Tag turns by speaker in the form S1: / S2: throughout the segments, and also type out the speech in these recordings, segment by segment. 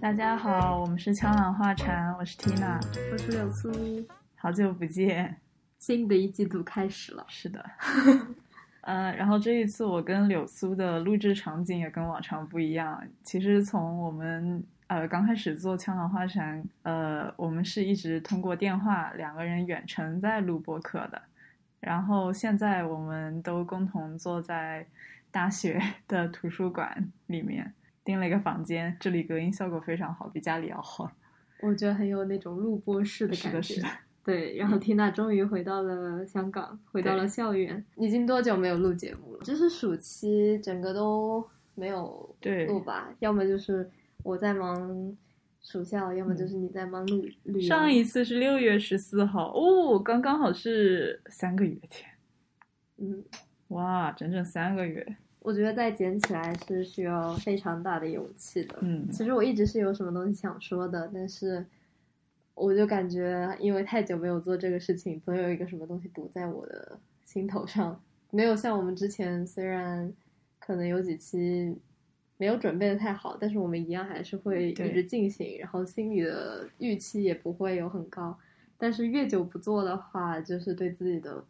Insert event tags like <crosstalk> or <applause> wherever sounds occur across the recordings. S1: 大家好，我们是枪朗画禅，我是 Tina，
S2: 我是柳苏。
S1: 好久不见，
S2: 新的一季度开始了。
S1: 是
S2: <laughs>
S1: 的，呃，然后这一次我跟柳苏的录制场景也跟往常不一样。其实从我们呃刚开始做枪朗画禅，呃，我们是一直通过电话两个人远程在录播客的。然后现在我们都共同坐在大学的图书馆里面订了一个房间，这里隔音效果非常好，比家里要
S2: <laughs>
S1: 好。
S2: 我觉得很有那种录播室的
S1: 是
S2: 感
S1: 的，
S2: 觉。
S1: 是的。
S2: 对，然后缇娜终于回到了香港，回到了校园。已经多久没有录节目了？就是暑期整个都没有
S1: 对
S2: 录吧，要么就是我在忙暑校，要么就是你在忙录旅游。
S1: 上一次是六月十四号，哦，刚刚好是三个月前，
S2: 嗯，
S1: 哇，整整三个月，
S2: 我觉得再捡起来是需要非常大的勇气的。
S1: 嗯，
S2: 其实我一直是有什么东西想说的，但是我就感觉因为太久没有做这个事情，总有一个什么东西堵在我的心头上。没有像我们之前，虽然可能有几期没有准备的太好，但是我们一样还是会一
S1: 嗯对
S2: 直进行，然后心里的预期也不会有很高。但是越久不做的话，就是对自己的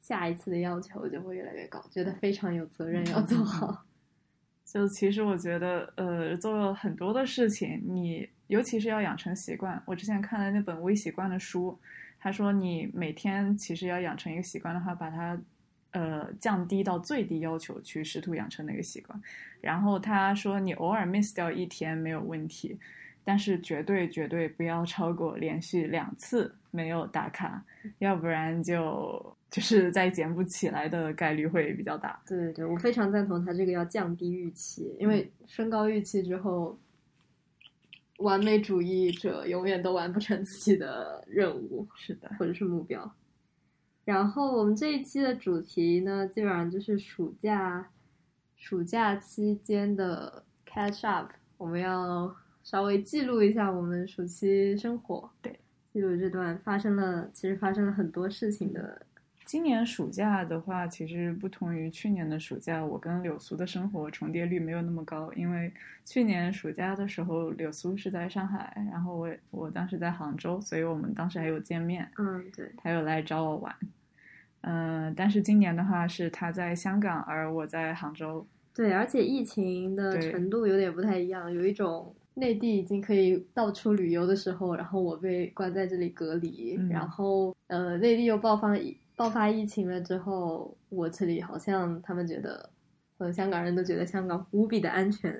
S2: 下一次的要求就会越来越高，觉得非常有责
S1: 嗯
S2: 任要做好。
S1: 就其实我觉得，呃，做了很多的事情，你尤其是要养成习惯。我之前看了那本《微习惯》的书，他说你每天其实要养成一个习惯的话，把它呃降低到最低要求去试图养成那个习惯。然后他说你偶尔 miss 掉一天没有问题，但是绝对绝对不要超过连续两次没有打卡，要不然就就是在捡不起来的概率会比较大。
S2: 对对对，我非常赞同他这个要降低预期，因为
S1: 嗯
S2: 升高预期之后，完美主义者永远都完不成自己的任务
S1: 是的，
S2: 或者是目标。然后我们这一期的主题呢，基本上就是暑假暑假期间的 catch up，我们要稍微记录一下我们暑期生活，
S1: 对，
S2: 记录这段发生了其实发生了很多事情的
S1: 今年暑假的话，其实不同于去年的暑假，我跟柳苏的生活重叠率没有那么高，因为去年暑假的时候，柳苏是在上海，然后我我当时在杭州，所以我们当时还有见面，
S2: 嗯对。
S1: 他有来找我玩。嗯、但是今年的话是他在香港，而我在杭州。
S2: 对，而且疫情的
S1: 对
S2: 程度有点不太一样，有一种内地已经可以到处旅游的时候，然后我被关在这里隔离，
S1: 嗯
S2: 然后呃，内地又爆发疫爆发疫情了之后，我这里好像他们觉得，呃，香港人都觉得香港无比的安全，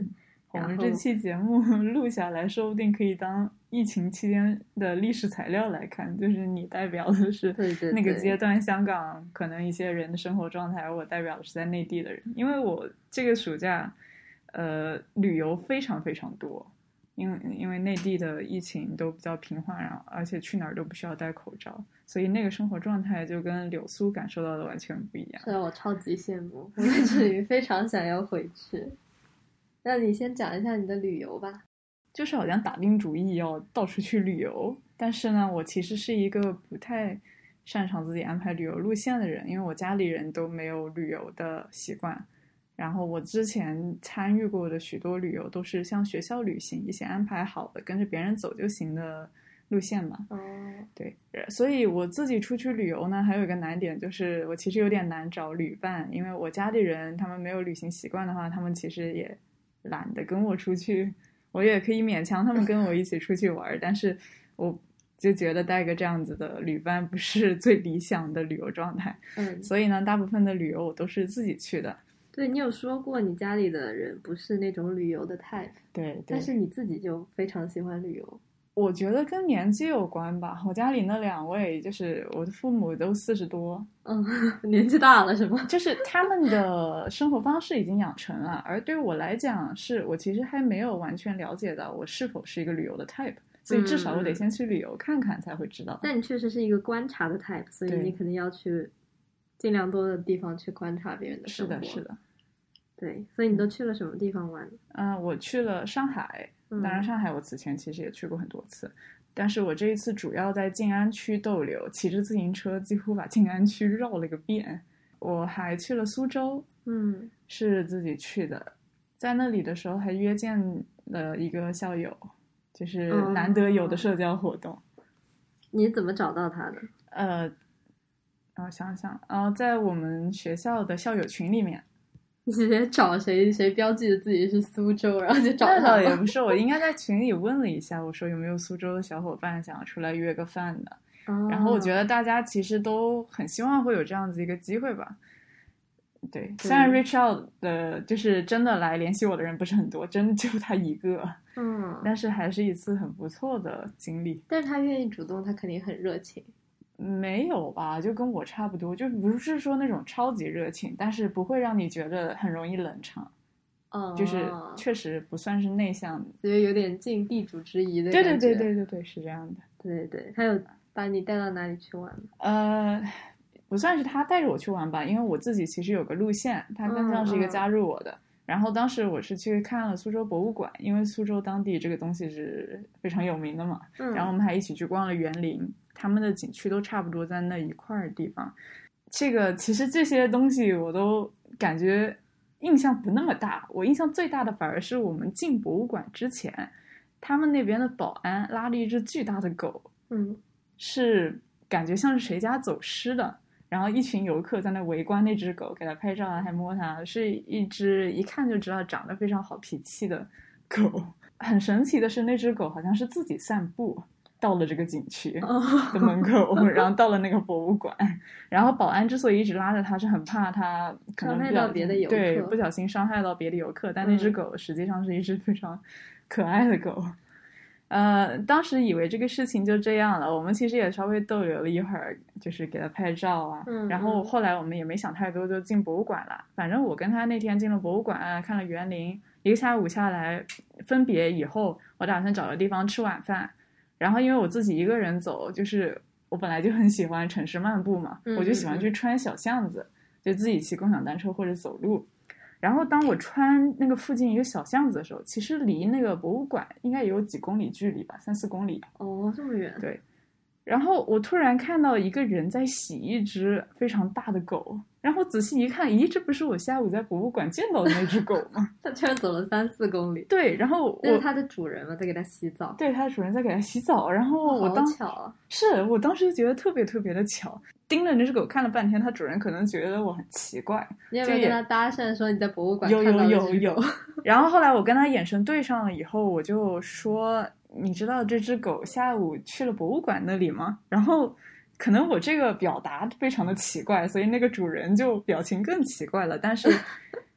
S1: 我们
S2: 然后
S1: 这期节目 <laughs> 录下来，说不定可以当疫情期间的历史材料来看，就是你代表的是
S2: 对对
S1: 那个
S2: 对
S1: 阶段香港可能一些人的生活状态，而我代表的是在内地的人，因为我这个暑假，呃，旅游非常非常多，因为因为内地的疫情都比较平缓，然后而且去哪儿都不需要戴口罩，所以那个生活状态就跟柳苏感受到的完全不一样。
S2: 这让我超级羡慕，我在这里非常想要回去。 <laughs> 那你先讲一下你的旅游吧。
S1: 就是好像打定主意要到处去旅游，但是呢，我其实是一个不太擅长自己安排旅游路线的人，因为我家里人都没有旅游的习惯。然后我之前参与过的许多旅游都是像学校旅行一些安排好的，跟着别人走就行的路线嘛。
S2: 哦，
S1: 对，呃所以我自己出去旅游呢，还有一个难点就是我其实有点难找旅伴，因为我家里人他们没有旅行习惯的话，他们其实也懒得跟我出去，我也可以勉强他们跟我一起出去玩儿，但是我就觉得带个这样子的旅伴不是最理想的旅游状态，
S2: 嗯，
S1: 所以呢，大部分的旅游我都是自己去的。
S2: 对你有说过你家里的人不是那种旅游的 type。
S1: 对，对
S2: 但是你自己就非常喜欢旅游，
S1: 我觉得跟年纪有关吧，我家里那两位就是我的父母都四十多， <laughs>
S2: 嗯，年纪大了是吗？
S1: 就是他们的生活方式已经养成了，而对我来讲，是我其实还没有完全了解到我是否是一个旅游
S2: 嗯
S1: 的 type，所以至少我得先去旅游看看才会知道。
S2: 但你确实是一个观察的 type，所以
S1: 对
S2: 你肯定要去尽量多的地方去观察别人的
S1: 是
S2: 生活。
S1: 的，是，的，嗯
S2: 对，所以你都去了什么地方玩？
S1: 嗯、我去了上海，
S2: 嗯
S1: 当然上海我此前其实也去过很多次，但是我这一次主要在静安区逗留，骑着自行车几乎把静安区绕了个遍。我还去了苏州，
S2: 嗯
S1: 是自己去的，在那里的时候还约见了一个校友，就是
S2: 哦
S1: 难得有的社交活动。
S2: 你怎么找到他的？ <laughs>
S1: 呃，让我呃哦想想，然后在我们学校的校友群里面，
S2: 你直接找谁谁标记着自己是苏州，然后就找
S1: 那
S2: 他
S1: 倒也
S2: <laughs> 了。
S1: 不是，我应该在群里问了一下，我说有没有苏州的小伙伴想要出来约个饭的。然后我觉
S2: 得
S1: 得大家其实都很希望会有这样子一个机会吧。对，虽然
S2: 对
S1: reach out 的就是真的来联系我的人不是很多，真的就他一个，
S2: 嗯，
S1: 但是还是一次很不错的经历。
S2: 但是他愿意主动，他肯定很热情。
S1: 没有吧，就跟我差不多，就不是说那种超级热情，但是不会让你觉得很容易冷场，
S2: 哦，
S1: 就是确实不算是内向的。
S2: 觉得有点尽地主之谊的
S1: 对对
S2: 感觉。
S1: 对对对对，是这样的。
S2: 对对对，他有把你带到哪里去玩吗？
S1: 呃，不算是他带着我去玩吧，因为我自己其实有个路线，他更像是一个
S2: 嗯嗯
S1: 加入我的。然后当时我是去看了苏州博物馆，因为苏州当地这个东西是非常有名的嘛。
S2: 嗯，
S1: 然后我们还一起去逛了园林，他们的景区都差不多在那一块儿地方。这个其实这些东西我都感觉印象不那么大，我印象最大的反而是我们进博物馆之前，他们那边的保安拉了一只巨大的狗，
S2: 嗯，
S1: 是感觉像是谁家走失的，然后一群游客在那围观那只狗，给它拍照啊，还摸它，是一只一看就知道长得非常好脾气的狗。 <laughs> 很神奇的是，那只狗好像是自己散步到了这个景区的
S2: 哦，
S1: 门
S2: <laughs>
S1: 口，然后到了那个博物馆，然后保安之所以一直拉着它，是很怕它可能
S2: 伤害
S1: 不小
S2: 到别的游客
S1: 对，不小心伤害到别的游客。但那只
S2: 嗯
S1: 狗实际上是一只非常可爱的狗。呃，当时以为这个事情就这样了，我们其实也稍微逗留了一会儿，就是给它拍照啊。
S2: 嗯
S1: 然后
S2: 嗯
S1: 后来我们也没想太多，就进博物馆了。反正我跟他那天进了博物馆，啊看了园林，一个下午下来，分别以后，我打算找个地方吃晚饭。然后因为我自己一个人走，就是我本来就很喜欢城市漫步嘛，
S2: 嗯
S1: 我就喜欢
S2: 嗯嗯
S1: 去穿小巷子，就自己骑共享单车或者走路。然后当我穿那个附近一个小巷子的时候，其实离那个博物馆应该也有几公里距离吧，三四公里。
S2: 哦，这么远，
S1: 对，然后我突然看到一个人在洗一只非常大的狗，然后仔细一看，咦，这不是我下午在博物馆见到的那只狗吗？ <laughs>
S2: 他居然走了三四公里。
S1: 对，然后
S2: 那
S1: <laughs> 我
S2: 是它的主人嘛，在给它洗澡。
S1: 对它的主人在给它洗澡，然后哦我
S2: 好
S1: 当
S2: 巧啊！
S1: 是我当时觉得特别特别的巧，盯着那只狗看了半天，它主人可能觉得我很奇怪，
S2: 你有没
S1: 这
S2: 有
S1: 也
S2: 跟他搭讪说你在博物馆
S1: 有
S2: 看到
S1: 有
S2: 的
S1: 有
S2: 这
S1: 有
S2: 种。
S1: <laughs> 然后后来我跟他眼神对上了以后，我就说：“你知道这只狗下午去了博物馆那里吗？”然后可能我这个表达非常的奇怪，所以那个主人就表情更奇怪了。
S2: <laughs>
S1: 但是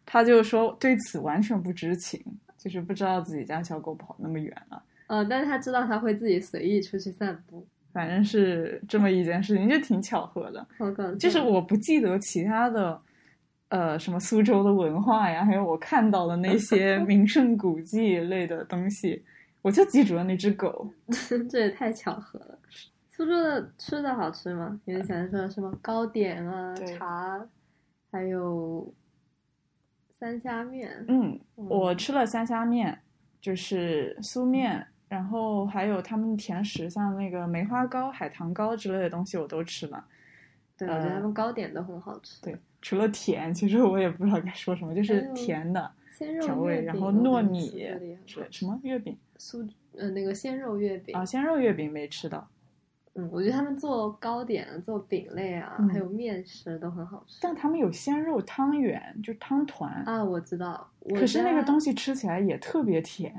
S1: 他就说对此完全不知情，就是不知道自己家小狗跑那么远了。
S2: 呃，但是他知道他会自己随意出去散步，
S1: 反正是这么一件事情，就挺巧合的。
S2: 好搞笑。
S1: 就是我不记得其他的，呃，什么苏州的文化呀，还有我看到的那
S2: <laughs>
S1: 些名胜古迹类的东西，我就记住了那只狗。
S2: <laughs> 这也太巧合了。苏州的吃的好吃吗？有点想说什么糕点啊、
S1: 对
S2: 茶，还有三虾面。
S1: 嗯，
S2: 嗯
S1: 我吃了三虾面，就是酥面，然后还有他们甜食，像那个梅花糕、海棠糕之类的东西，我都吃了。
S2: 对，我觉得
S1: 呃
S2: 他们糕点都很好吃，
S1: 对，除了甜，其实我也不知道该说什么，就是
S2: 还有
S1: 甜的
S2: 鲜肉
S1: 调味，
S2: 月饼，
S1: 然后
S2: 我觉得
S1: 糯米
S2: 苏州的也很
S1: 之类
S2: 好吃
S1: 什么月饼
S2: 苏呃那个鲜肉月饼
S1: 啊，鲜肉月饼没吃到。
S2: 嗯，我觉得他们做糕点啊、做饼类啊，
S1: 嗯
S2: 还有面食都很好吃。
S1: 但他们有鲜肉汤圆，就是汤团
S2: 啊，我知道，我
S1: 可是那个
S2: 家
S1: 东西吃起来也特别甜，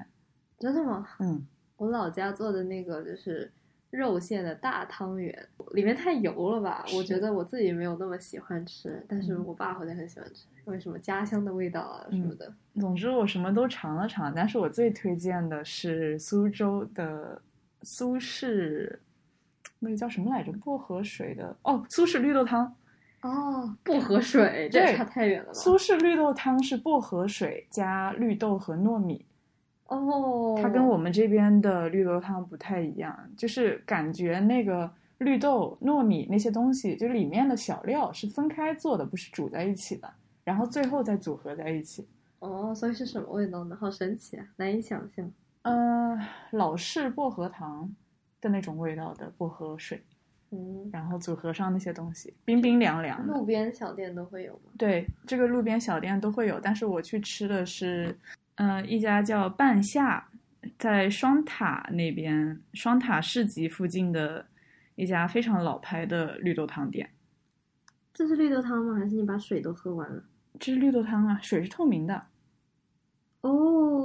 S2: 真的吗？
S1: 嗯，
S2: 我老家做的那个就是肉馅的大汤圆，里面太油了吧？我觉
S1: 是
S2: 得我自己没有那么喜欢吃，但是
S1: 嗯
S2: 我爸好像很喜欢吃，因为什么家乡的味道啊什么的。
S1: 总之我什么都尝了尝，但是我最推荐的是苏州的苏式，那个叫什么来着？薄荷水的哦，苏式绿豆汤。
S2: 哦，薄荷水，这
S1: 对
S2: 也差太远了吧？
S1: 苏式绿豆汤是薄荷水加绿豆和糯米，
S2: 哦，
S1: 它跟我们这边的绿豆汤不太一样，就是感觉那个绿豆、糯米那些东西，就里面的小料是分开做的，不是煮在一起的，然后最后再组合在一起。
S2: 哦，所以是
S1: 呃
S2: 什么味道呢？好神奇啊，难以想象。
S1: 嗯，老式薄荷糖，的那种味道的薄荷水，
S2: 嗯，
S1: 然后组合上那些东西，冰冰凉凉的。
S2: 路边小店都会有吗？
S1: 对，这个路边小店都会有，但是我去吃的是，呃，一家叫半夏，在双塔那边双塔市集附近的一家非常老牌的绿豆汤店。
S2: 这是绿豆汤吗？还是你把水都喝完了？
S1: 这是绿豆汤啊，水是透明的。
S2: 哦，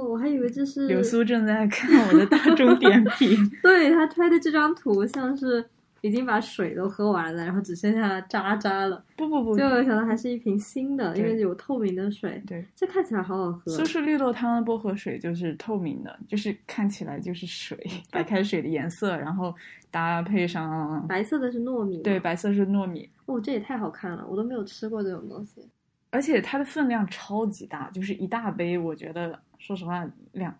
S2: 我还以为这是
S1: 流苏正在看我的大众点评，
S2: 对他拍的这张图像是已经把水都喝完了，然后只剩下渣渣了。
S1: 不不不
S2: 结，果没想到还是一瓶新的，因为
S1: 对
S2: 有透明的水。
S1: 对，
S2: 这看起来好好喝。
S1: 苏式绿豆汤的薄荷水就是透明的，就是看起来就是水，白开水的颜色，然后搭配上
S2: 白色的是糯米，
S1: 对，白色是糯米，
S2: 哦，这也太好看了，我都没有吃过这种东西。
S1: 而且它的分量超级大，就是一大杯，我觉得说实话两。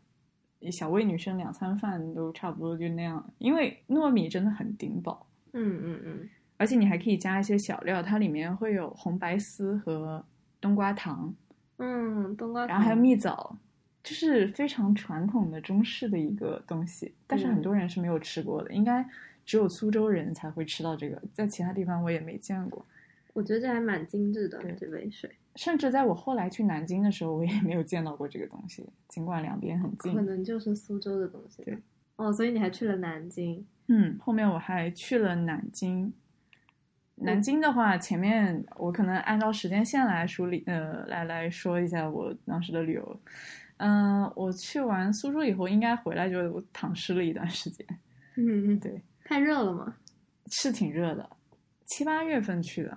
S1: 小魏女生两餐饭都差不多就那样，因为糯米真的很顶饱，
S2: 嗯嗯嗯，
S1: 而且你还可以加一些小料，它里面会有红白丝和冬瓜糖，
S2: 嗯，冬瓜，
S1: 然后还有，蜜枣，就是非常传统的中式的一个东西，但是
S2: 嗯
S1: 很多人是没有吃过的，应该只有苏州人才会吃到这个，在其他地方我也没见过，
S2: 我觉得这还蛮精致的
S1: 对
S2: 这杯水，
S1: 甚至在我后来去南京的时候，我也没有见到过这个东西，尽管两边很
S2: 可
S1: 近。
S2: 能就是苏州的东西吧
S1: 对。
S2: 哦，所以你还去了南京，
S1: 嗯，后面我还去了南京。
S2: 嗯
S1: 南京的话，前面我可能按照时间线来梳理，呃，来来说一下我当时的旅游。嗯、我去完苏州以后，应该回来就躺尸了一段时间。
S2: 嗯嗯，
S1: 对，
S2: 太热了嘛，
S1: 是挺热的，七八月份去的。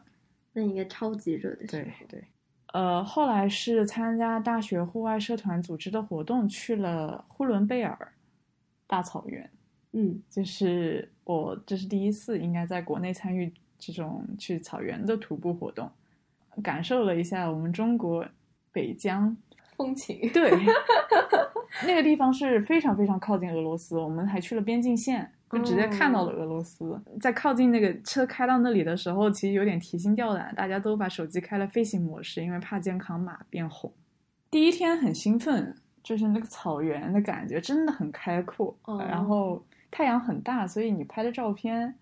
S2: 那应该超级热的时候。
S1: 对对，呃，后来是参加大学户外社团组织的活动，去了呼伦贝尔大草原。
S2: 嗯，
S1: 就是我这是第一次应该在国内参与这种去草原的徒步活动，感受了一下我们中国北疆
S2: 风情，
S1: 对， <laughs> 那个地方是非常非常靠近俄罗斯，我们还去了边境线，就直接看到了俄罗斯。在靠近那个车开到那里的时候，其实有点提心吊胆，大家都把手机开了飞行模式，因为怕健康码变红。第一天很兴奋，就是那个草原的感觉真的很开阔，
S2: 哦
S1: 然后太阳很大，所以你拍的照片。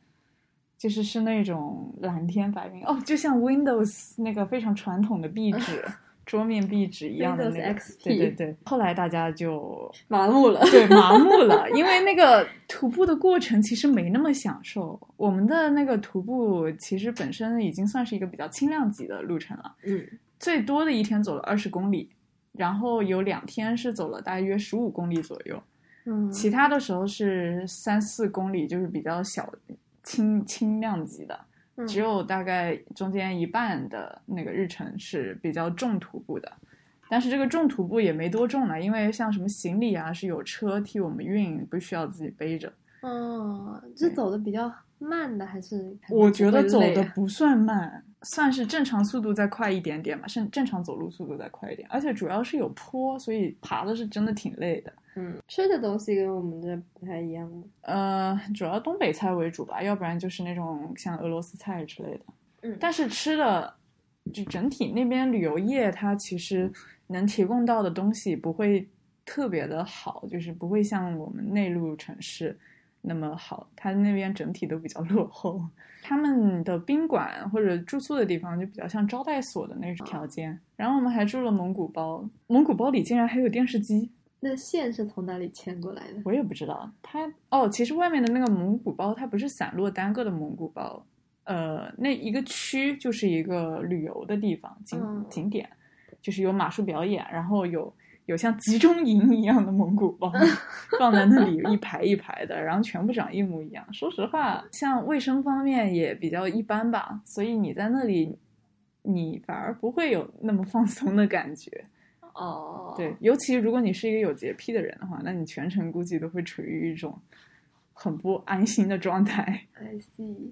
S1: 就是是那种蓝天白云哦，就像 Windows 那个非常传统的壁纸、桌面壁纸一样的
S2: Windows
S1: 那个
S2: XP
S1: 对对对。后来大家就 <laughs>
S2: 麻木了。
S1: 对麻木了，因为那个徒步的过程其实没那么享受。我们的那个徒步其实本身已经算是一个比较轻量级的路程了，
S2: 嗯，
S1: 最多的一天走了二十公里，然后有两天是走了大约十五公里左右。
S2: 嗯，
S1: 其他的时候是三四公里，就是比较小、轻轻量级的，
S2: 嗯
S1: 只有大概中间一半的那个日程是比较重徒步的。但是这个重徒步也没多重了，因为像什么行李啊是有车替我们运，不需要自己背着。
S2: 哦，这走的比较慢的还是
S1: 我觉得走的
S2: 的
S1: 不算慢，算是正常速度再快一点点吧，甚正常走路速度再快一点。而且主要是有坡，所以爬的是真的挺累的。
S2: 嗯，吃的东西跟我们这不太一样吗？
S1: 呃，主要东北菜为主吧，要不然就是那种像俄罗斯菜之类的。
S2: 嗯
S1: 但是吃的，就整体那边旅游业，它其实能提供到的东西不会特别的好，就是不会像我们内陆城市那么好。它那边整体都比较落后，他们的宾馆或者住宿的地方就比较像招待所的那种条件。然后我们还住了蒙古包，蒙古包里竟然还有电视机。
S2: 那线是从哪里牵过来的？
S1: 我也不知道，它哦，其实外面的那个蒙古包，它不是散落单个的蒙古包，呃，那一个区就是一个旅游的地方景、
S2: 嗯
S1: 景点，就是有马术表演，然后有有像集中营一样的蒙古包放在那里一排一排的，然后全部长一模一样。说实话，像卫生方面也比较一般吧，所以你在那里，你反而不会有那么放松的感觉。
S2: 哦，
S1: 对，，尤其如果你是一个有洁癖的人的话，那你全程估计都会处于一种很不安心的状态。
S2: I see。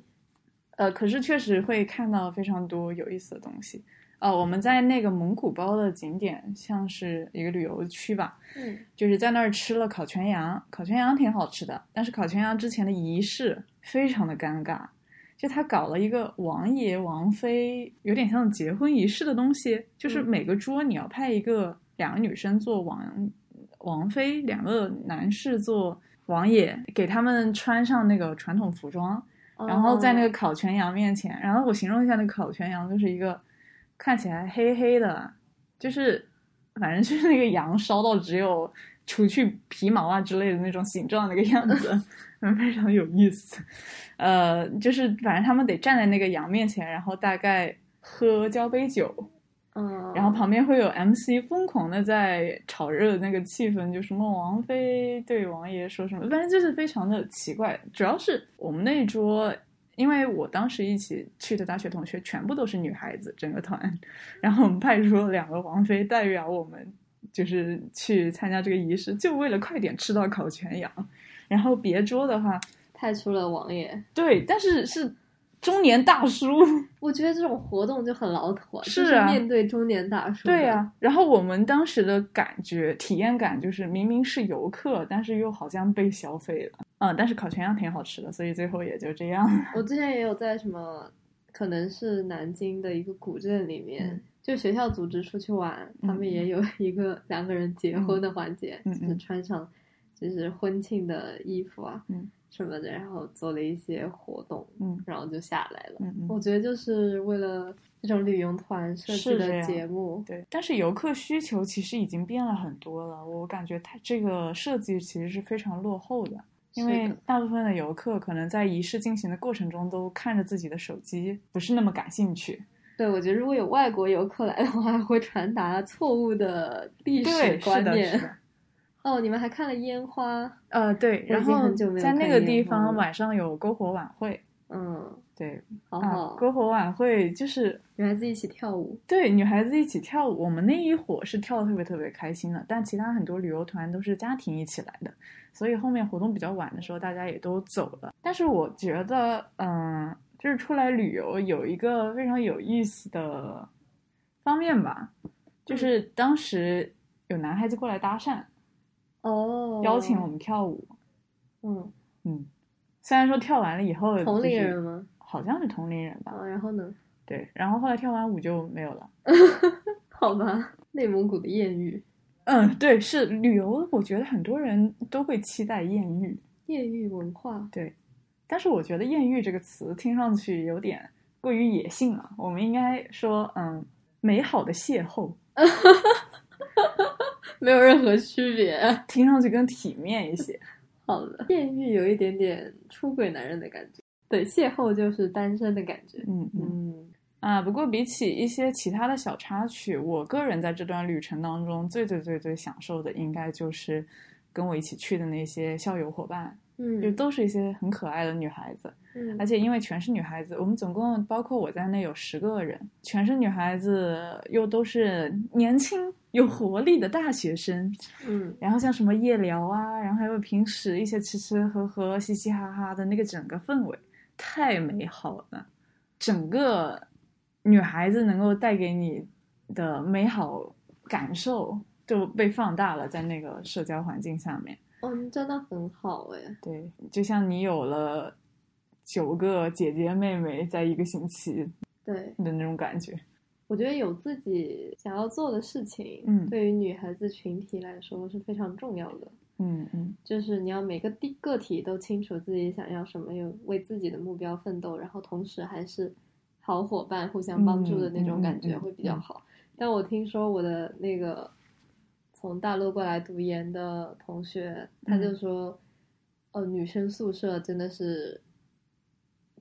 S1: 呃，可是确实会看到非常多有意思的东西。呃，我们在那个蒙古包的景点，像是一个旅游区吧，
S2: 嗯，
S1: 就是在那儿吃了烤全羊，烤全羊挺好吃的，但是烤全羊之前的仪式非常的尴尬，就他搞了一个王爷王妃，有点像结婚仪式的东西，就是
S2: 嗯
S1: 每个桌你要派一个两个女生做王王妃，两个男士做王爷，给他们穿上那个传统服装，
S2: 哦
S1: 然后在那个烤全羊面前，然后我形容一下，那烤全羊就是一个看起来黑黑的，就是反正就是那个羊烧到只有除去皮毛啊之类的那种形状那个样子，嗯，非常有意思。呃，就是反正他们得站在那个羊面前，然后大概喝交杯酒，
S2: 嗯，
S1: 然后旁边会有 MC 疯狂的在炒热那个气氛，就什么王妃对王爷说什么，反正就是非常的奇怪。主要是我们那一桌，因为我当时一起去的大学同学全部都是女孩子，整个团，然后我们派出了两个王妃代表我们，就是去参加这个仪式，就为了快点吃到烤全羊。然后别桌的话，
S2: 派出了王爷。
S1: 对，但是是中年大叔。
S2: 我觉得这种活动就很老土，
S1: 是
S2: 就是
S1: 啊
S2: 面对中年大叔。
S1: 对啊呀、，然后我们当时的感觉、体验感就是，明明是游客，但是又好像被消费了。嗯，但是烤全羊挺好吃的，所以最后也就这样。 <laughs>
S2: 我之前也有在什么，可能是南京的一个古镇里面，
S1: 嗯
S2: 就学校组织出去玩，他们也有 <laughs> 一个两个人结婚的环节，
S1: 嗯嗯
S2: 就是穿上就是婚庆的衣服啊、
S1: 嗯
S2: 什么的，然后做了一些活动，
S1: 嗯
S2: 然后就下来了。
S1: 嗯嗯，
S2: 我觉得就是为了这种旅游团设
S1: 是
S2: 计
S1: 这
S2: 的
S1: 样
S2: 节目，
S1: 对。但是游客需求其实已经变了很多了，我感觉它这个设计其实是非常落后的。因为
S2: 是的
S1: 大部分的游客可能在仪式进行的过程中都看着自己的手机，不是那么感兴趣。
S2: 对，我觉得如果有外国游客来的话， <laughs> 会传达错误的历史
S1: 对，是
S2: 观
S1: 的，是
S2: 念。
S1: 的。
S2: 哦，你们还看了烟花，
S1: 呃，对，
S2: 我
S1: 然
S2: 已经
S1: 后
S2: 很久没有
S1: 在那
S2: 看
S1: 个
S2: 烟
S1: 地
S2: 花
S1: 方
S2: 了
S1: 晚上有篝火晚会，
S2: 嗯，
S1: 对，
S2: 好
S1: 啊
S2: 好，，
S1: 篝火晚会就是
S2: 女孩子一起跳舞，
S1: 对女孩子一起跳舞，我们那一伙是跳的特别特别开心的，但其他很多旅游团都是家庭一起来的，所以后面活动比较晚的时候，大家也都走了。但是我觉得，嗯、就是出来旅游有一个非常有意思的方面吧，
S2: 嗯
S1: 就是当时有男孩子过来搭讪，
S2: 哦，
S1: 邀请我，们跳舞，
S2: 嗯，
S1: 嗯，虽然说跳完了以后，
S2: 同龄人，吗？
S1: 好像是同龄人吧，
S2: 啊，然后呢？
S1: 对，然后后来跳完舞就没有了。
S2: 好吧，内蒙古的艳遇，
S1: 嗯，对，是旅游，我觉得很多人都会期待艳遇，
S2: 艳遇文化，
S1: 但是我觉得“艳遇”这个词听上去有点过于野性了，我们应该说，嗯，美好的邂逅，
S2: 没有任何区别。
S1: 听上去更体面一些。
S2: 好的，艳遇有一点点出轨男人的感觉，对，邂逅就是单身的感觉，
S1: 嗯嗯
S2: 嗯，
S1: 啊，不过比起一些其他的小插曲，我个人在这段旅程当中最最最最享受的，应该就是跟我一起去的那些校友伙伴，就
S2: 嗯，
S1: 都是一些很可爱的女孩子。
S2: 嗯
S1: 而且因为全是女孩子，我们总共包括我在内有十个人，全是女孩子，又都是年轻有活力的大学生。
S2: 嗯，
S1: 然后像什么夜聊啊，然后还有平时一些吃吃喝喝、嘻嘻哈哈的那个整个氛围，太美好了。整个女孩子能够带给你的美好感受就被放大了，在那个社交环境下面。
S2: 哦，你真的很好哎，
S1: 对，就像你有了九个姐姐妹妹在一个星期
S2: 对，
S1: 的那种感觉。
S2: 我觉得有自己想要做的事情，
S1: 嗯
S2: 对于女孩子群体来说是非常重要的。
S1: 嗯嗯，
S2: 就是你要每个地个体都清楚自己想要什么，有为自己的目标奋斗，然后同时还是好伙伴互相帮助的那种感
S1: 嗯嗯
S2: 觉
S1: 嗯
S2: 会比较好。但我听说我的那个从大陆过来读研的同学，他
S1: 嗯
S2: 就说，呃，女生宿舍真的是，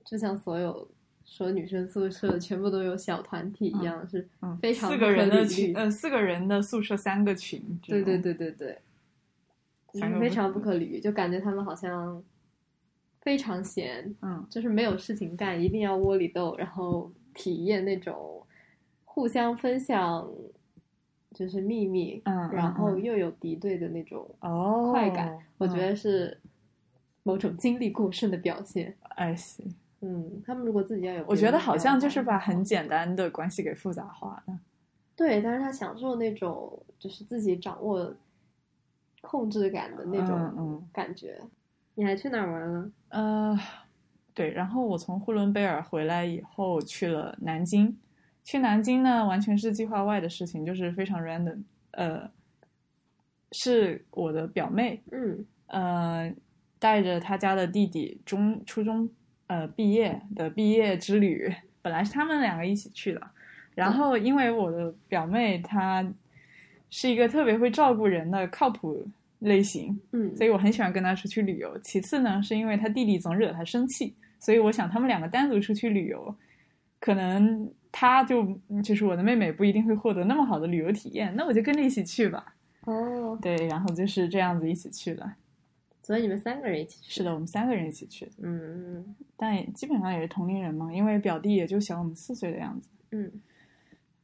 S2: 就像所有说女生宿舍全部都有小团体一样，是
S1: 嗯
S2: 非常
S1: 四
S2: 不
S1: 个
S2: 可
S1: 人的
S2: 理
S1: 群，
S2: 喻
S1: 呃，四个人的宿舍三个群，
S2: 对对，对对对，就
S1: 反
S2: 是
S1: 正
S2: 非
S1: 我
S2: 常不可理喻，就感觉他们好像非常闲，
S1: 嗯
S2: 就是没有事情干，一定要窝里斗，然后体验那种互相分享就是秘密，
S1: 嗯，
S2: 然后
S1: 嗯
S2: 又有敌对的那种
S1: 嗯哦，
S2: 快感，我觉
S1: 嗯
S2: 得是某种精力过剩的表现。
S1: I see，
S2: 嗯，他们如果自己要有，
S1: 我觉得好像就是把很简单的关系给复杂化了。
S2: 对，但是他享受那种就是自己掌握控制感的那
S1: 嗯
S2: 种
S1: 嗯
S2: 感觉。你还去哪儿玩了？
S1: 呃，对，然后我从呼伦贝尔回来以后去了南京，去南京呢完全是计划外的事情，就是非常 random。呃，是我的表妹，
S2: 嗯
S1: 呃，带着他家的弟弟中初中呃毕业的毕业之旅，本来是他们两个一起去的，然后因为我的表妹她是一个特别会照顾人的靠谱类型，
S2: 嗯，
S1: 所以我很喜欢跟她出去旅游。其次呢，是因为她弟弟总惹她生气，所以我想他们两个单独出去旅游，可能她就就是我的妹妹不一定会获得那么好的旅游体验，那我就跟着一起去吧。
S2: 哦，
S1: 对，然后就是这样子一起去的。
S2: 所以你们三个人一起去，
S1: 是的，我们三个人一起去的，
S2: 嗯
S1: 但也基本上也是同龄人嘛，因为表弟也就小我们四岁的样子，
S2: 嗯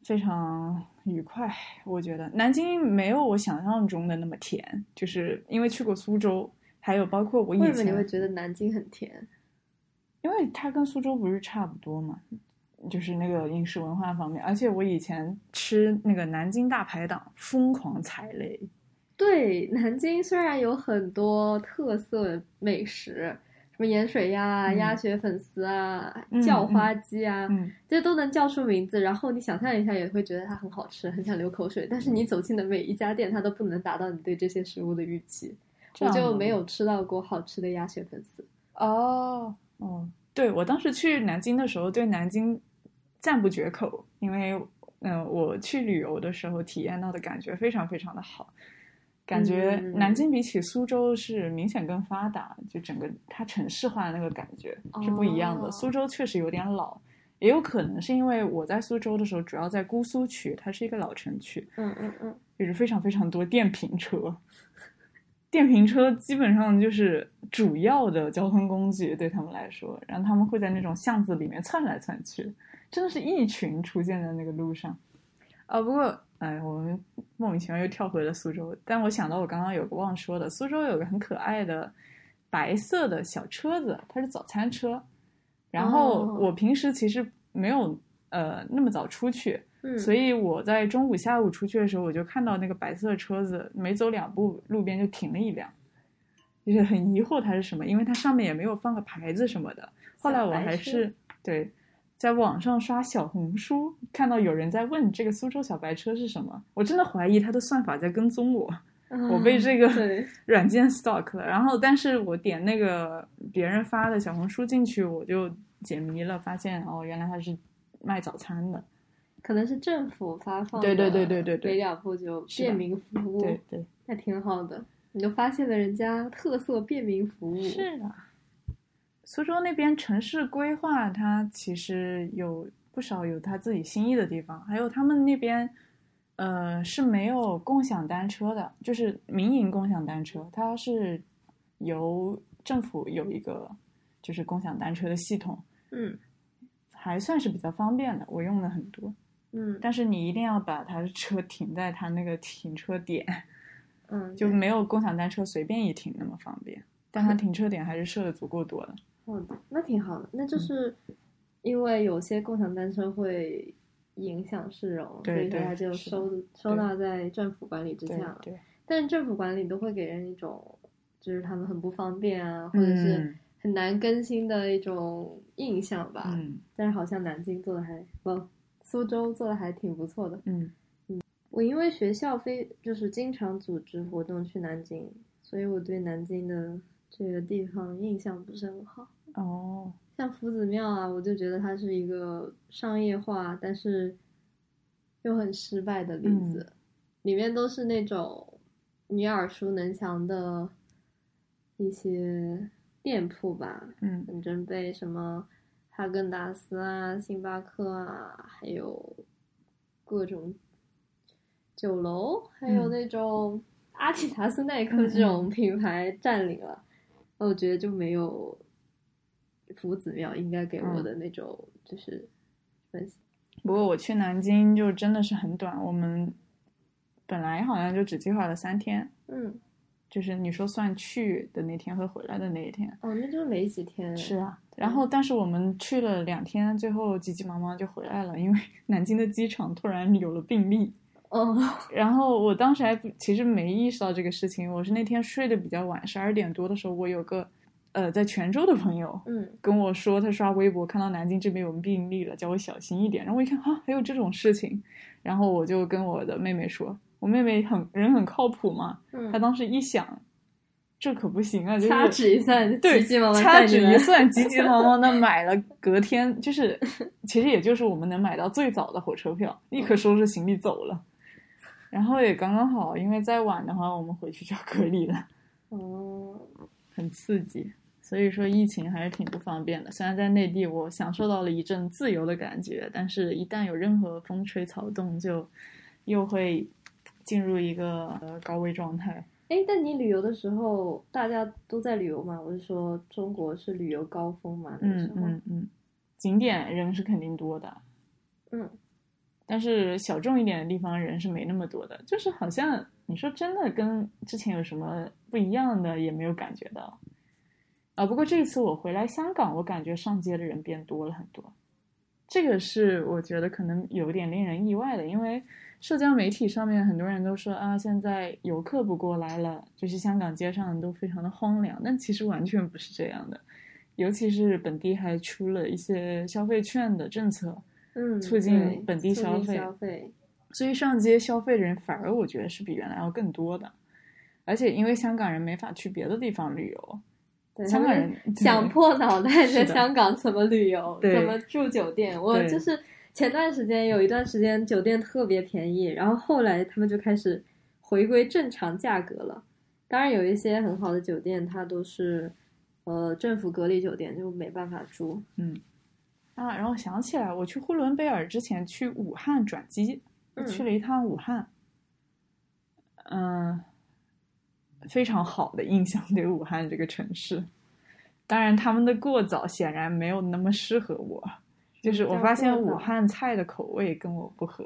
S1: 非常愉快。我觉得南京没有我想象中的那么甜，就是因为去过苏州，还有包括我
S2: 嗯，为
S1: 以
S2: 什么你会
S1: 前，
S2: 觉得南京很甜？
S1: 因为它跟苏州不是差不多嘛，就是那个饮食文化方面，而且我以前吃那个南京大排档，疯狂踩雷，
S2: 对，南京虽然有很多特色美食，什么盐水鸭啊、
S1: 嗯
S2: 鸭血粉丝啊、
S1: 嗯
S2: 叫花鸡啊，
S1: 嗯，
S2: 这些都能叫出名字。然后你想象一下，也会觉得它很好吃，很想流口水。但是
S1: 嗯
S2: 你走进的每一家店，它都不能达到你对这些食物的预期。
S1: 这
S2: 我
S1: 样
S2: 就
S1: 的
S2: 没
S1: 吗
S2: 有吃到过好吃的鸭血粉丝。
S1: 哦，哦，对，我当时去南京的时候，对南京赞不绝口，因为嗯、呃我去旅游的时候体验到的感觉非常非常的好，感觉南
S2: 嗯
S1: 京比起苏州是明显更发达，就整个它城市化的那个感觉是不一样的。
S2: 哦
S1: 苏州确实有点老，也有可能是因为我在苏州的时候主要在姑苏区，它是一个老城区，
S2: 嗯嗯嗯，
S1: 就是非常非常多电瓶车。电瓶车基本上就是主要的交通工具对他们来说，然后他们会在那种巷子里面窜来窜去，真的是一群出现在那个路上。啊、不过哎，我们莫名其妙又跳回了苏州，但我想到我刚刚有个忘说的，苏州有个很可爱的白色的小车子，它是早餐车。然后
S2: 哦
S1: 我平时其实没有呃那么早出去，
S2: 嗯
S1: 所以我在中午、下午出去的时候，我就看到那个白色的车子，没走两步，路边就停了一辆，就是很疑惑它是什么，因为它上面也没有放个牌子什么的。后来我
S2: 小白
S1: 还
S2: 车
S1: 是对，在网上刷小红书，看到有人在问这个苏州小白车是什么，我真的怀疑它的算法在跟踪我。我被这个
S2: 啊对，
S1: <laughs> 软件 stalk 了，然后但是我点那个别人发的小红书进去，我就解谜了，发现哦，原来它是卖早餐的。
S2: 可能是政府发放的，
S1: 对对对对对对
S2: 每两步就便民服务，
S1: 对对，
S2: 那挺好的。你就发现了人家特色便民服务，
S1: 是的。苏州那边城市规划，它其实有不少有它自己心意的地方，还有他们那边，呃，是没有共享单车的，就是民营共享单车，它是由政府有一个就是共享单车的系统，
S2: 嗯
S1: 还算是比较方便的，我用了很多。
S2: 嗯
S1: 但是你一定要把他的车停在他那个停车点，
S2: 嗯，
S1: 就
S2: 对
S1: 没有共享单车随便一停那么方便。但他停车点还是设的足够多的。
S2: 好的，那挺好的。那
S1: 嗯
S2: 就是因为有些共享单车会影响市容，
S1: 对
S2: 所以
S1: 对
S2: 它就是
S1: 的
S2: 收收
S1: 对
S2: 纳在政府管理之下
S1: 对
S2: 了。
S1: 对，
S2: 但是政府管理都会给人一种，就是他们很不方便啊，或者
S1: 嗯
S2: 是很难更新的一种印象吧。
S1: 嗯
S2: 但是好像南京做的还不，苏州做的还挺不错的。
S1: 嗯
S2: 我因为学校非就是经常组织活动去南京，所以我对南京的这个地方印象不是很好。
S1: 嗯哦
S2: 像夫子庙啊，我就觉得它是一个商业化，但是又很失败的例子。里面都是那种你耳熟能详的一些店铺吧，
S1: 嗯
S2: 反正被什么哈根达斯啊、星巴克啊，还有各种酒楼，还有
S1: 嗯
S2: 那种阿迪达斯、耐克
S1: 嗯
S2: 这种品牌占领了。那我觉得就没有夫子庙应该给我的那种就是分析。
S1: 不过我去南京就真的是很短，我们本来好像就只计划了三天，
S2: 嗯，
S1: 就是你说算去的那天和回来的那一天。
S2: 哦，那就是没几天。
S1: 是啊，然后但是我们去了两天，最后急急忙忙就回来了，因为 <laughs> 南京的机场突然有了病例。
S2: 哦，
S1: 然后我当时还不其实没意识到这个事情，我是那天睡得比较晚，十二点多的时候，我有个呃在泉州的朋友
S2: 嗯，
S1: 跟我说，他刷微博看到南京这边有病例了，叫我小心一点。然后我一看啊，还有这种事情，然后我就跟我的妹妹说，我妹妹很人很靠谱嘛，
S2: 嗯
S1: 她当时一想，这可不行啊！就是
S2: 掐指一算，
S1: 对
S2: 急急忙忙
S1: 掐
S2: 带
S1: 指
S2: 你
S1: 一
S2: 们。
S1: 算，急急忙忙
S2: <laughs>
S1: 的买了，隔天就是，其实也就是我们能买到最早的火车票，立
S2: 嗯
S1: 刻收拾行李走了。然后也刚刚好，因为再晚的话，我们回去就要隔离了，
S2: 哦，
S1: 很刺激。所以说疫情还是挺不方便的。虽然在内地我享受到了一阵自由的感觉，但是一旦有任何风吹草动，就又会进入一个呃高危状态。
S2: 哎，但你旅游的时候，大家都在旅游嘛？我是说，中国是旅游高峰嘛？那个时
S1: 嗯
S2: 候，
S1: 嗯嗯，景点人是肯定多的，
S2: 嗯
S1: 但是小众一点的地方人是没那么多的，就是好像你说真的跟之前有什么不一样的也没有感觉到。啊，不过这次我回来香港，我感觉上街的人变多了很多，这个是我觉得可能有点令人意外的，因为社交媒体上面很多人都说啊，现在游客不过来了，就是香港街上都非常的荒凉，但其实完全不是这样的，尤其是本地还出了一些消费券的政策，
S2: 嗯，
S1: 促进
S2: 对
S1: 本地
S2: 促
S1: 消
S2: 进
S1: 费
S2: 消费，
S1: 所以上街消费的人反而我觉得是比原来要更多的，而且因为香港人没法去别的地方旅游，
S2: 对，
S1: 香
S2: 他
S1: 港
S2: 们
S1: 人对
S2: <laughs> 想破脑袋
S1: 是
S2: 在
S1: 的
S2: 香港怎么旅游，
S1: 对
S2: 怎么住酒店。我
S1: 对
S2: 就是前段时间有一段时间酒店特别便宜，然后后来他们就开始回归正常价格了。当然有一些很好的酒店，它都是呃政府隔离酒店，就没办法住。
S1: 啊，然后想起来我去呼伦贝尔之前去武汉转机，
S2: 嗯
S1: 去了一趟武汉，嗯，非常好的印象对武汉这个城市，当然他们的过早显然没有那么适合我，就是我
S2: 叫
S1: 发现
S2: 过
S1: 武
S2: 早
S1: 汉菜的口味跟我不合。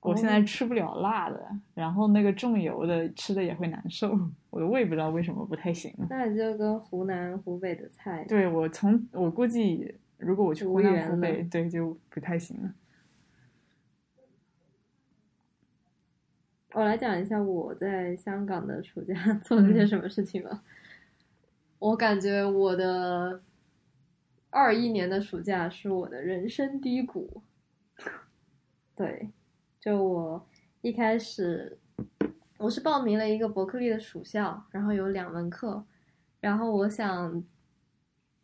S1: 我现
S2: 哦
S1: 在吃不了辣的，然后那个重油的吃的也会难受，我的胃不知道为什么不太行。
S2: 那你就跟湖南、湖北的菜，
S1: 对我从我估计，如果我去
S2: 无
S1: 湖南
S2: 缘
S1: 湖
S2: 了
S1: 北，对就不太行了。
S2: 我来讲一下我在香港的暑假 <laughs> 做了些什么事情吧。嗯我感觉我的二一年的暑假是我的人生低谷。对，就我一开始我是报名了一个伯克利的暑校，然后有两门课，然后我想，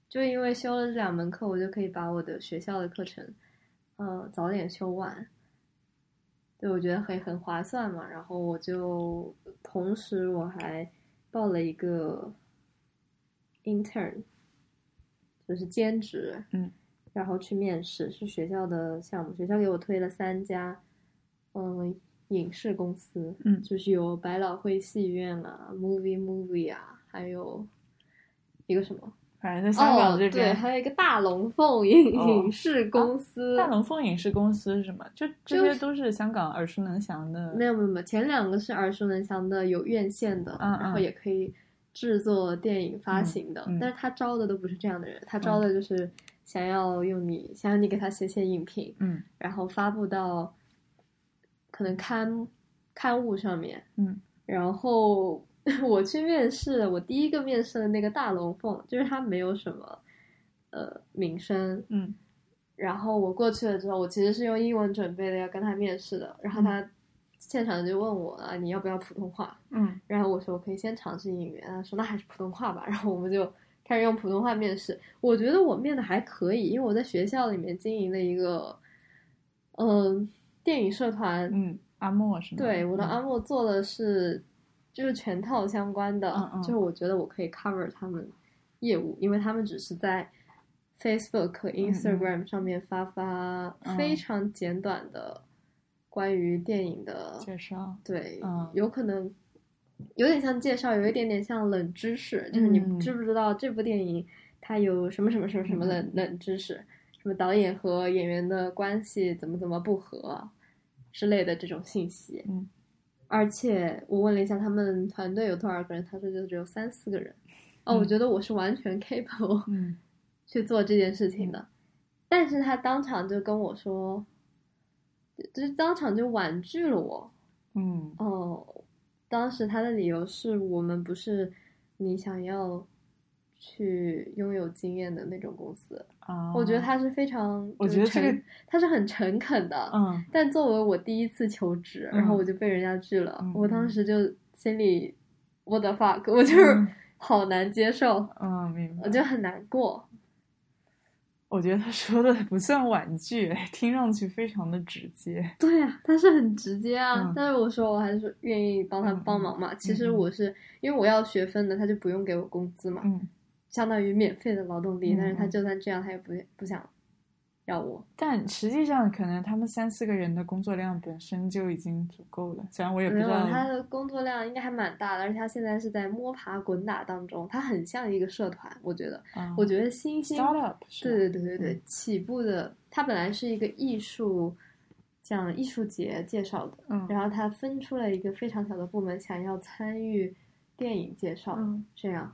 S2: 就因为修了这两门课，我就可以把我的学校的课程，呃，早点修完。对，我觉得很很划算嘛。然后我就同时我还报了一个 intern，就是兼职，
S1: 嗯，
S2: 然后去面试，是学校的项目，学校给我推了三家，嗯，影视公司，
S1: 嗯
S2: 就是有百老汇戏院啊，movie movie 啊，还有一个什么，
S1: 反正在香港
S2: 哦，
S1: 这
S2: 对，
S1: 边，
S2: 还有一个大龙凤影
S1: 哦
S2: 影视公司，
S1: 大龙凤影视公司是什么？就这
S2: 就
S1: 些
S2: 是
S1: 都是香港耳熟能详的。
S2: 没有没有没有，前两个是耳熟能详的，有院线的，
S1: 嗯
S2: 然后
S1: 嗯
S2: 也可以制作电影发行的，
S1: 嗯嗯嗯
S2: 但是他招的都不是这样的人，他招的就是想要用你，想要你给他写写影评，
S1: 嗯
S2: 然后发布到可能刊刊物上面，
S1: 嗯
S2: 然后 <laughs> 我去面试，我第一个面试的那个大龙凤，就是他没有什么呃名声，
S1: 嗯
S2: 然后我过去了之后，我其实是用英文准备的，要跟他面试的。然后他现场就问我啊，你要不要普通话？
S1: 嗯
S2: 然后我说我可以先尝试英语。他说那还是普通话吧。然后我们就开始用普通话面试。我觉得我面的还可以，因为我在学校里面经营的一个嗯、电影社团，
S1: 嗯，阿莫是吗？
S2: 对我的
S1: 嗯
S2: 阿莫做的是就是全套相关的，
S1: 嗯嗯
S2: 就是我觉得我可以 cover 他们业务，因为他们只是在 Facebook、Instagram 上面发发
S1: 嗯
S2: 非常简短的关于电影的，
S1: 介绍。
S2: 对，
S1: 嗯
S2: 有可能有点像介绍，有一点点像冷知识，就是你
S1: 嗯
S2: 知不知道这部电影它有什么什么什么什么冷、
S1: 嗯
S2: 冷知识，什么导演和演员的关系怎么怎么不和之类的这种信息。
S1: 嗯，
S2: 而且我问了一下他们团队有多少个人，他说就只有三四个人。哦，
S1: 嗯
S2: 我觉得我是完全 <laughs> capable
S1: 嗯
S2: 去做这件事情的，但是他当场就跟我说，就就是当场就婉拒了我。
S1: 嗯
S2: 哦，当时他的理由是我们不是你想要去拥有经验的那种公司。
S1: 啊，
S2: 我觉得他是非常，
S1: 我
S2: 就是
S1: 觉得这个
S2: 诚他是很诚恳的。
S1: 嗯
S2: 但作为我第一次求职，然
S1: 嗯
S2: 后我就被人家拒了，
S1: 嗯
S2: 我当时就心里 what the fuck，我就是
S1: 嗯
S2: <laughs> 好难接受，
S1: 嗯，明白
S2: 我。就很难过。
S1: 我觉得他说的不算婉拒，听上去非常的直接。
S2: 对呀、他是很直接啊，
S1: 嗯
S2: 但是我说我还是愿意帮
S1: 嗯
S2: 他
S1: 嗯
S2: 帮忙嘛。其实
S1: 嗯嗯
S2: 我是因为我要学分的，他就不用给我工资嘛，
S1: 嗯，
S2: 相当于免费的劳动力。
S1: 嗯
S2: 但是他
S1: 嗯
S2: 就算这样，他也不不想要我。
S1: 但实际上可能他们三四个人的工作量本身就已经足够了。虽然我也不
S2: 没
S1: 知
S2: 有，啊
S1: 道，
S2: 他的工作量应该还蛮大的，而且他现在是在摸爬滚打当中，他很像一个社团，我觉得。
S1: 啊
S2: 我觉得新兴
S1: startup 是吧
S2: 对对对对对
S1: 嗯，
S2: 起步的，它本来是一个艺术，讲艺术节介绍的，
S1: 嗯
S2: 然后它分出了一个非常小的部门，想要参与电影介绍，
S1: 嗯
S2: 这样，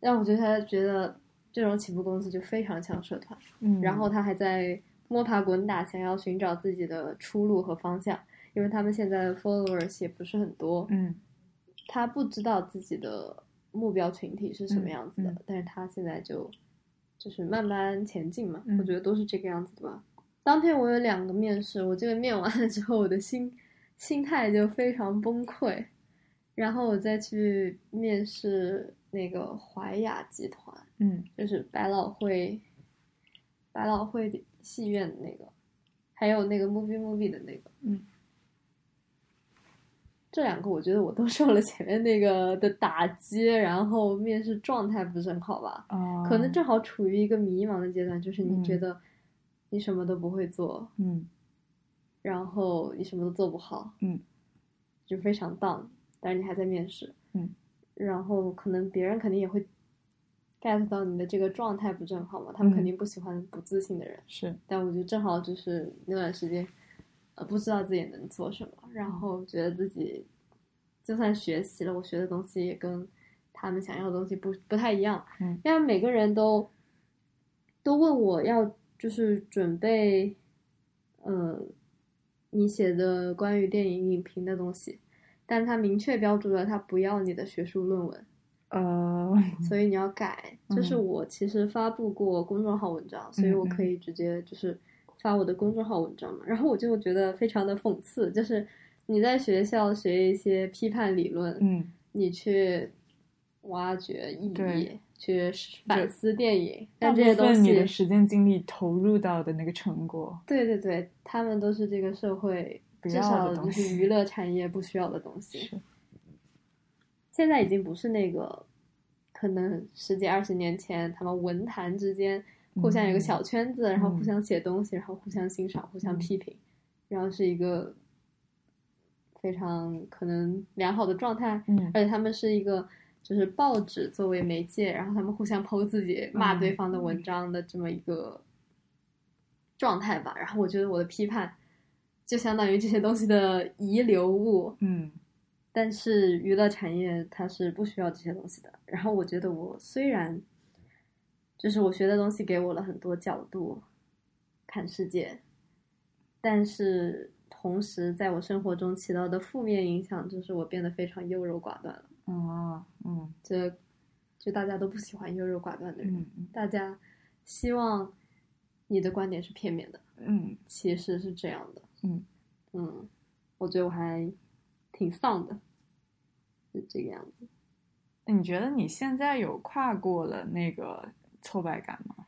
S2: 让我觉得他觉得这种起步公司就非常像社团，
S1: 嗯，
S2: 然后他还在摸爬滚打，想要寻找自己的出路和方向，因为他们现在的 followers 也不是很多，
S1: 嗯
S2: 他不知道自己的目标群体是什么
S1: 嗯
S2: 样子的，
S1: 嗯
S2: 但是他现在就就是慢慢前进嘛，
S1: 嗯
S2: 我觉得都是这个样子的吧。当天我有两个面试，我这个面完了之后，我的心心态就非常崩溃，然后我再去面试那个怀雅集团，
S1: 嗯
S2: 就是百老汇百老汇戏院的那个，还有那个 Movie Movie 的那个，
S1: 嗯，
S2: 这两个我觉得我都受了前面那个的打击，然后面试状态不是很好吧，
S1: 啊，
S2: 可能正好处于一个迷茫的阶段，就是你
S1: 嗯
S2: 觉得你什么都不会做，
S1: 嗯
S2: 然后你什么都做不好，
S1: 嗯，
S2: 就非常 down，但是你还在面试，
S1: 嗯，
S2: 然后可能别人肯定也会 get 到你的这个状态不是很好嘛，他们
S1: 嗯
S2: 肯定不喜欢不自信的人，
S1: 是
S2: 但我觉得正好就是那段时间，呃，不知道自己能做什么，然后觉得自己就算学习了，我学的东西也跟他们想要的东西不不太一样，
S1: 嗯，
S2: 因为每个人都都问我要就是准备，呃，你写的关于电影影评的东西，但他明确标注了他不要你的学术论文， <laughs>
S1: 呃
S2: 所以你要改。就是
S1: 嗯
S2: 我其实发布过公众号文章，所以我可以直接就是发我的公众号文章嘛。然后我就觉得非常的讽刺，就是你在学校学一些批判理论，
S1: 嗯
S2: 你去挖掘意义
S1: 对，
S2: 去反思电影，但
S1: <laughs> 大
S2: 这些
S1: 部
S2: 东
S1: 分你
S2: 西
S1: 的，时间精力投入到的那个成果，
S2: 对对对，他们都是这个社会
S1: 不
S2: 至
S1: 要
S2: 少
S1: 的
S2: 就
S1: 东
S2: 是
S1: 西
S2: 娱乐产业不需要的东西。
S1: 是
S2: 现在已经不是那个，可能十几二十年前他们文坛之间互相有个
S1: 嗯
S2: 小圈子，然后互
S1: 嗯
S2: 相写东西，然后互相欣赏、互相
S1: 嗯
S2: 批评，然后是一个非常可能良好的状态。
S1: 嗯
S2: 而且他们是一个就是报纸作为媒介，然后他们互相剖自己、骂对方的文章的这么一个状态吧。然后我觉得我的批判就相当于这些东西的遗留物，
S1: 嗯
S2: 但是娱乐产业它是不需要这些东西的。然后我觉得我虽然，就是我学的东西给我了很多角度看世界，但是同时在我生活中起到的负面影响就是我变得非常优柔寡断了。
S1: 啊
S2: 呃
S1: 嗯
S2: 这就大家都不喜欢优柔寡断的人，
S1: 嗯嗯
S2: 大家希望你的观点是片面的，
S1: 嗯
S2: 其实是这样的。
S1: 嗯
S2: 嗯，我觉得我还挺丧的，是这个样子。
S1: 你觉得你现在有跨过了那个挫败感
S2: <laughs>
S1: 吗？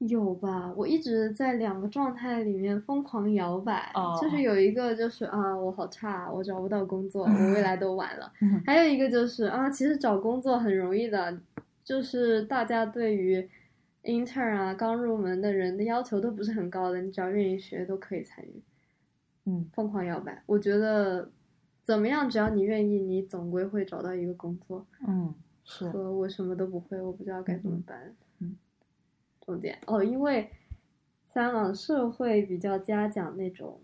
S2: 有吧？我一直在两个状态里面疯狂摇摆，
S1: 哦
S2: 就是有一个就是啊，我好差，我找不到工作，我未来都晚了；
S1: 嗯
S2: 还有一个就是啊，其实找工作很容易的，就是大家对于 intern 啊刚入门的人的要求都不是很高的，你只要愿意学都可以参与。
S1: 嗯
S2: 疯狂摇摆，我觉得怎么样，只要你愿意，你总归会找到一个工作。
S1: 嗯是
S2: 和我什么都不会，我不知道该怎么办。
S1: 嗯，
S2: 重点哦，因为香港社会比较嘉奖那种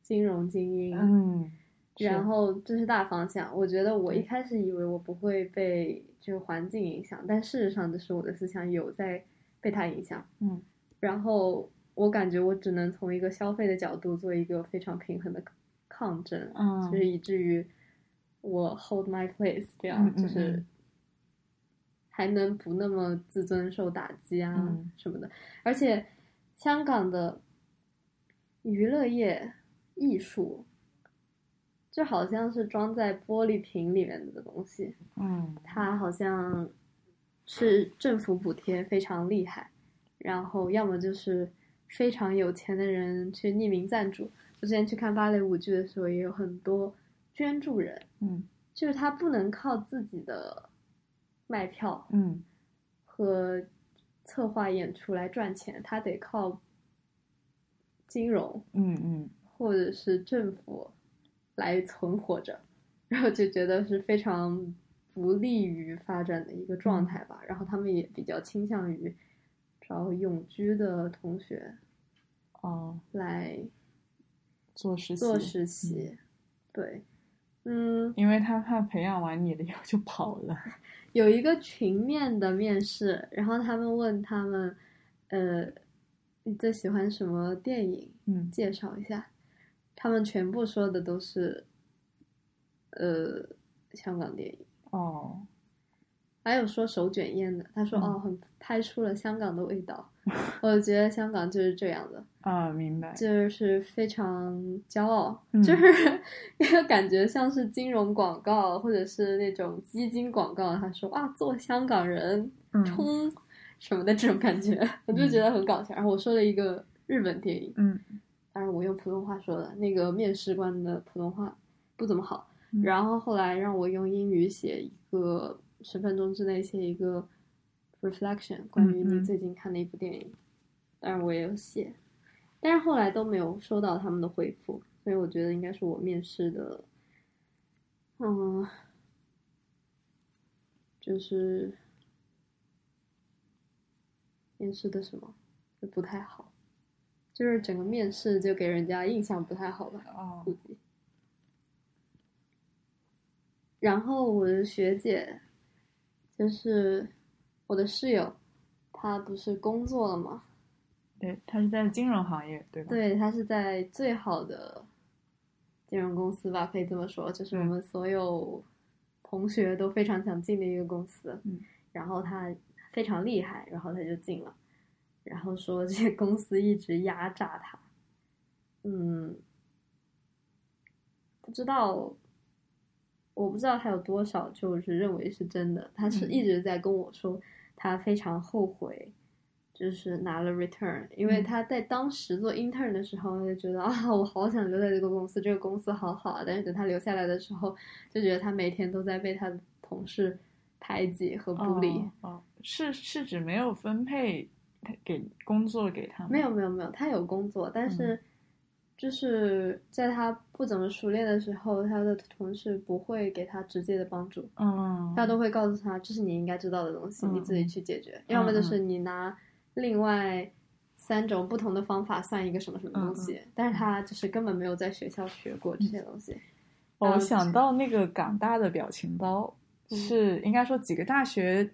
S2: 金融精英，
S1: 嗯
S2: 然
S1: 是
S2: 后这是大方向。我觉得我一
S1: 对
S2: 开始以为我不会被这个环境影响，但事实上就是我的思想有在被它影响。
S1: 嗯
S2: 然后我感觉我只能从一个消费的角度做一个非常平衡的抗争。
S1: 嗯
S2: 就是以至于我 hold my place，这样、
S1: 嗯嗯
S2: 就是
S1: 嗯
S2: 还能不那么自尊受打击啊、
S1: 嗯
S2: 什么的。而且香港的娱乐业、艺术就好像是装在玻璃瓶里面的东西，
S1: 嗯
S2: 它好像是政府补贴非常厉害，然后要么就是非常有钱的人去匿名赞助。我之前去看芭蕾舞剧的时候，也有很多捐助人，
S1: 嗯
S2: 就是他不能靠自己的卖票
S1: 嗯
S2: 和策划演出来赚钱，他得靠金融
S1: 嗯嗯，
S2: 或者是政府来存活着，然后就觉得是非常不利于发展的一个状态吧。然后他们也比较倾向于找永居的同学
S1: 哦，
S2: 来
S1: 做实习，
S2: 做实习。对，嗯，
S1: 因为他怕培养完你了以后就跑了。
S2: 有一个群面的面试，然后他们问他们，呃，你最喜欢什么电影？
S1: 嗯
S2: 介绍一下，他们全部说的都是，呃，香港电影。
S1: 哦，
S2: 还有说手卷烟的，他说、
S1: 嗯
S2: 哦，很拍出了香港的味道。 <laughs> 我觉得香港就是这样的，
S1: 啊，明白。
S2: 就是非常骄傲，
S1: 嗯
S2: 就是因为感觉像是 <laughs> 金融广告或者是那种基金广告，他说啊，做香港人
S1: 嗯
S2: 冲什么的这种感觉，我就觉得很搞笑。然后我说了一个日本电影，
S1: 嗯，
S2: 当然我用普通话说的，那个面试官的普通话不怎么好，
S1: 嗯
S2: 然后后来让我用英语写一个十分钟之内写一个 reflection，关于
S1: 嗯
S2: 你
S1: 嗯
S2: 最近看的一部电影，当然我也有写，但是后来都没有收到他们的回复，所以我觉得应该是我面试的，嗯，就是面试的什么就不太好。就是整个面试就给人家印象不太好吧，
S1: 哦
S2: 估，计。然后我的学姐，就是我的室友，她不是工作了嘛？
S1: 对，他是在金融行业，对吧？，
S2: 对，她是在最好的金融公司吧，可以这么说，就是我
S1: 嗯
S2: 们所有同学都非常想进的一个公司。
S1: 嗯，
S2: 然后她非常厉害，然后她就进了，然后说这个公司一直压榨她。嗯，不知道，我不知道他有多少就是认为是真的。他是
S1: 嗯
S2: 一直在跟我说，他非常后悔，就是拿了 return，因为
S1: 嗯
S2: 他在当时做 intern 的时候，他就觉得啊， <laughs> 我好想留在这个公司，这个公司好好啊。但是等他留下来的时候，就觉得他每天都在被他的同事排挤和
S1: 哦
S2: 孤立。
S1: 哦，是是指没有分配给工作给他们？
S2: 没有，没有没有，他有工作，但
S1: 嗯
S2: 是就是在他不怎么熟练的时候，他的同事不会给他直接的帮助，
S1: 嗯，
S2: 他都会告诉他这是你应该知道的东西，
S1: 嗯
S2: 你自己去解决，要么就是
S1: 嗯
S2: 你拿另外三种不同的方法算一个什么什么
S1: 嗯
S2: 东西，但是他就是根本没有在学校学过这些东西。
S1: 哦我
S2: 嗯
S1: 想到那个港大的表情包，
S2: 嗯
S1: 是应该说几个大学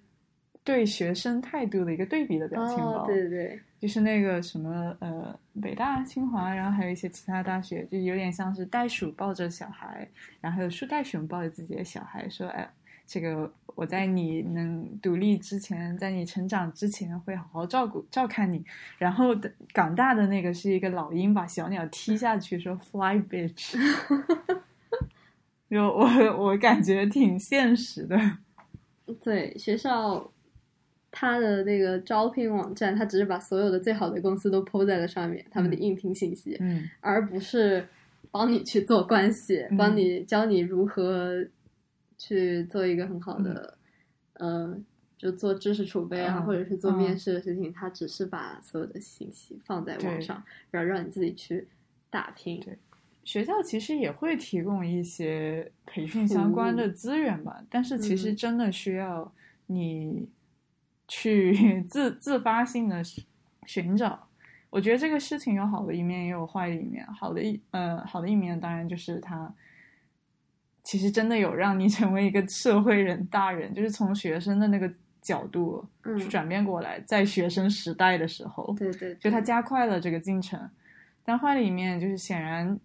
S1: 对学生态度的一个对比的表情包，
S2: 哦，对对对，
S1: 就是那个什么呃北大、清华，然后还有一些其他大学，就有点像是袋鼠抱着小孩，然后还有树袋熊抱着自己的小孩，说哎，这个我在你能独立之前，在你成长之前会好好照顾照看你。然后的港大的那个是一个老鹰把小鸟踢下去，说 “fly bitch”。就我我感觉挺现实的，
S2: 对学校，他的那个招聘网站，他只是把所有的最好的公司都 PO 在了上面，他们的
S1: 嗯
S2: 应聘信息，啊
S1: 嗯
S2: 而不是帮你去做关系，
S1: 嗯
S2: 帮你教你如何去做一个很好的，呃，就做知识储备啊，
S1: 嗯
S2: 或者是做面
S1: 嗯
S2: 试的事情。他只是把所有的信息放在
S1: 对
S2: 网上，然后让你自己去打拼。
S1: 对学校其实也会提供一些培训相关的资源吧，但是其实
S2: 嗯
S1: 真的需要你去 <laughs> 自自发性的寻找。我觉得这个事情有好的一面，也有坏的一面。好的一呃，好的一面当然就是它其实真的有让你成为一个社会人、大人，就是从学生的那个角度
S2: 嗯，
S1: 转变过来，在学生时代的时候，
S2: 对对，
S1: 就它
S2: 对
S1: 加快了这个进程，但坏的一面就是显然，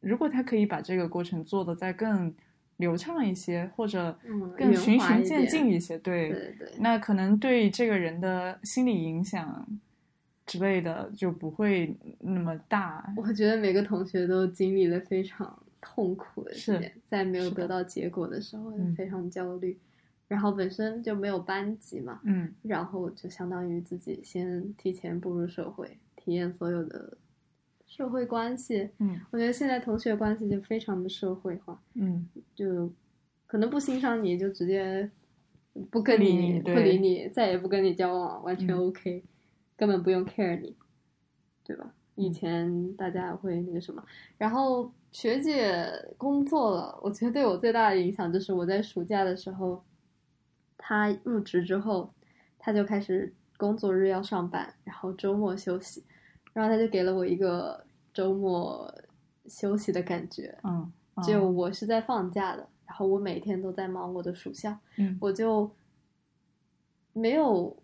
S1: 如果它可以把这个过程做得再更流畅一些，或者
S2: 嗯
S1: 更
S2: 圆
S1: 循
S2: 滑
S1: 序
S2: 一
S1: 渐
S2: 点
S1: 进一些，对，
S2: 对对
S1: 那可能对这个人的心理影响之类的就不会那么大。
S2: 我觉得每个同学都经历了非常痛苦的
S1: 是
S2: 事情，在没有
S1: 是的
S2: 得到结果的时候
S1: 嗯
S2: 非常焦虑，然后本身就没有班级嘛，
S1: 嗯
S2: 然后就相当于自己先提前步入社会，体验所有的社会关系。
S1: 嗯
S2: 我觉得现在同学关系就非常的社会化，
S1: 嗯，
S2: 就可能不欣赏你就直接不跟
S1: 不理
S2: 你
S1: 你对
S2: 不理你，再也不跟你交往，完全
S1: 嗯
S2: OK，、根本不用 care 你，对吧？
S1: 嗯
S2: 以前大家会那个什么，然后学姐工作了，我觉得对我最大的影响就是我在暑假的时候，她入职之后，她就开始工作日要上班，然后周末休息，然后她就给了我一个周末休息的感觉，
S1: 嗯，嗯
S2: 就我是在放假的，然后我每天都在忙我的属校，
S1: 嗯
S2: 我就没有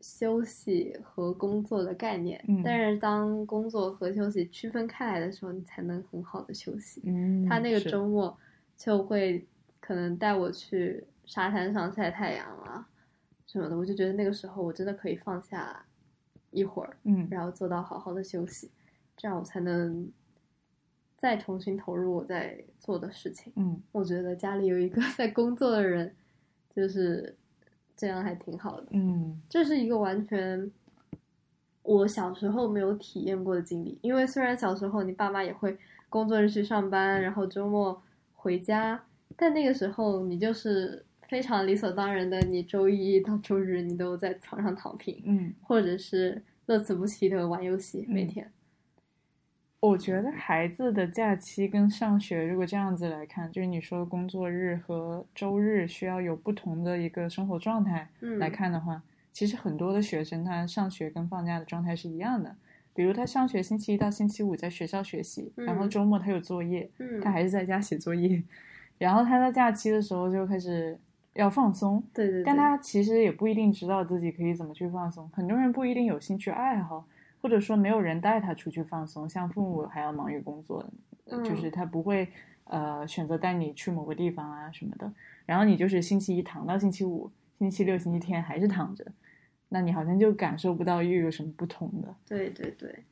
S2: 休息和工作的概念。
S1: 嗯
S2: 但是当工作和休息区分开来的时候，你才能很好的休息。
S1: 嗯，
S2: 他那个
S1: 是
S2: 周末就会可能带我去沙滩上晒太阳啊什么的，我就觉得那个时候我真的可以放下一会儿，
S1: 嗯
S2: 然后做到好好的休息，这样我才能再重新投入我在做的事情。
S1: 嗯
S2: 我觉得家里有一个 <laughs> 在工作的人，就是这样还挺好的。
S1: 嗯
S2: 这是一个完全我小时候没有体验过的经历，因为虽然小时候你爸妈也会工作日去上班，然后周末回家，但那个时候你就是非常理所当然的，你周一到周日你都在床上躺平，
S1: 嗯，
S2: 或者是乐此不疲的玩游戏，
S1: 嗯
S2: 每天。
S1: 我觉得孩子的假期跟上学，如果这样子来看，就是你说的工作日和周日需要有不同的一个生活状态
S2: 嗯，
S1: 来看的话，其实很多的学生他上学跟放假的状态是一样的。比如他上学星期一到星期五在学校学习，然后
S2: 嗯
S1: 周末他有作业，
S2: 嗯，
S1: 他还是在家写作业， <laughs> 然后他在假期的时候就开始要放松，
S2: 对对对，
S1: 但他其实也不一定知道自己可以怎么去放松，很多人不一定有兴趣爱好，或者说没有人带他出去放松，像父母还要忙于工作，呃就
S2: 嗯
S1: 是他不会呃选择带你去某个地方啊什么的，然后你就是星期一躺到星期五，星期六、星期天还是躺着，那你好像就感受不到又有什么不同的，
S2: 对对对。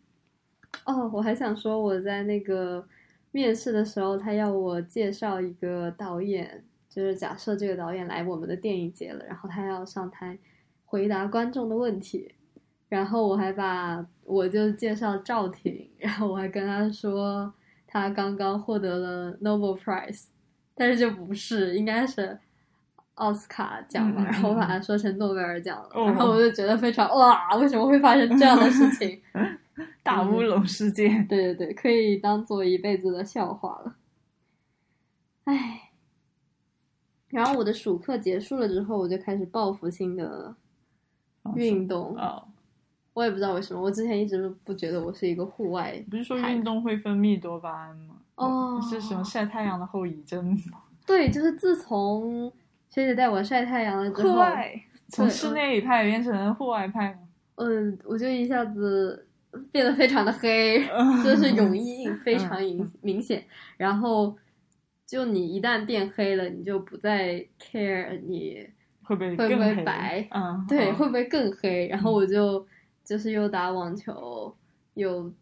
S2: 哦，我还想说，我在那个面试的时候，他要我介绍一个导演，就是假设这个导演来我们的电影节了，然后他要上台回答观众的问题，然后我还把我就介绍赵婷，然后我还跟他说他刚刚获得了 Nobel Prize，但是就不是，应该是。奥斯卡奖嘛，
S1: 嗯嗯嗯
S2: 然后我把它说成诺贝尔奖了，
S1: 哦
S2: 然后我就觉得非常哇，为什么会发生这样的事情？
S1: 大乌
S2: 嗯
S1: 龙事件，
S2: <laughs> 对对对，可以当做一辈子的笑话了。唉，然后我的暑课结束了之后，我就开始报复性的运动。
S1: 哦，
S2: 我也不知道为什么，我之前一直不觉得我是一个户外
S1: 不是说
S2: 孩
S1: 运
S2: 子
S1: 动会分泌多巴胺吗？
S2: 哦
S1: 是什么晒太阳的后遗症
S2: <laughs>
S1: 吗？
S2: 对，就是自从学姐带我晒太阳了之
S1: 户
S2: 后，
S1: 外， <laughs> 从室内派变成户外派吗？
S2: 嗯，我就一下子变得非常的黑，
S1: <laughs>
S2: <laughs> 就是泳衣印非常明明显。然后，就你一旦变黑了，你就不再 care 你
S1: 会不会
S2: 会不
S1: 更
S2: 会
S1: 黑
S2: 白
S1: 嗯，
S2: 对，
S1: 嗯
S2: 会不会更黑？然后我就就是又打网球，又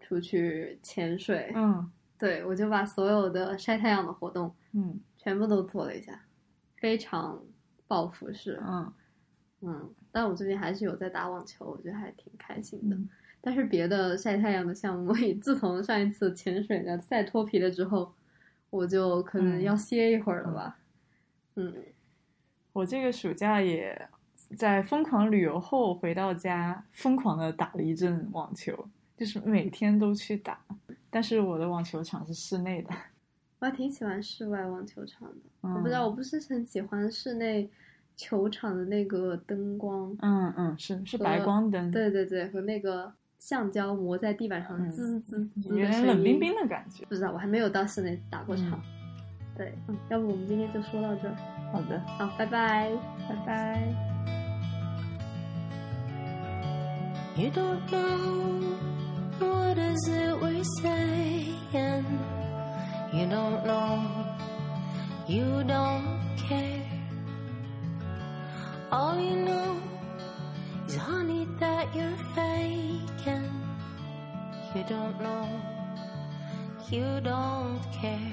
S2: 出去潜水，
S1: 嗯
S2: 对我就把所有的晒太阳的活动
S1: 嗯
S2: 全部都做了一下，非常报复式。
S1: 嗯
S2: 嗯，但我最近还是有在打网球，我觉得还挺开心的。
S1: 嗯
S2: 但是别的晒太阳的项目， <laughs> 也自从上一次潜水的赛脱皮了之后，我就可能
S1: 嗯
S2: 要歇一会儿了吧。嗯
S1: 我这个暑假也在疯狂旅游后回到家，疯狂的打了一阵网球，就是每天都去打。但是我的网球场是室内的，
S2: 我还挺喜欢室外网球场的。
S1: 嗯、
S2: 我不知道，我不是很喜欢室内球场的那个灯光，
S1: 嗯嗯，是是白
S2: 和
S1: 光灯，，
S2: 对对对，和那个橡胶磨在地板上
S1: 嗯
S2: 滋滋滋
S1: 有
S2: 滋的
S1: 点
S2: 声
S1: 冷冰嗯
S2: 音
S1: 冰的感觉。
S2: 不知道，我还没有到室内打过场。对，嗯，要不我们今天就说到这儿，
S1: 好的，
S2: 好，拜拜。
S1: 拜拜。
S3: You don't know what is it we're saying. You don't know. You don't care. All you know is honey that you're faking. You don't know. you don't care.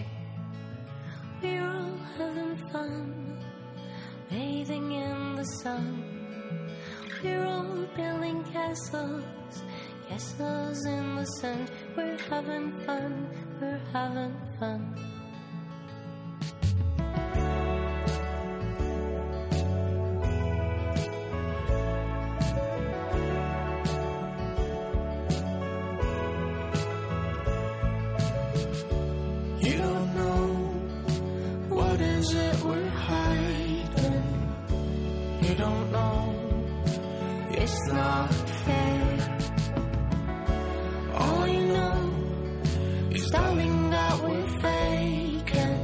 S3: We're all having fun, bathing in the sun. We're all building castles, castles in the sand. We're having fun, we're having fun. You don't know what is it we're hiding. You don't know it's not fair. All you know is darling that we're faking.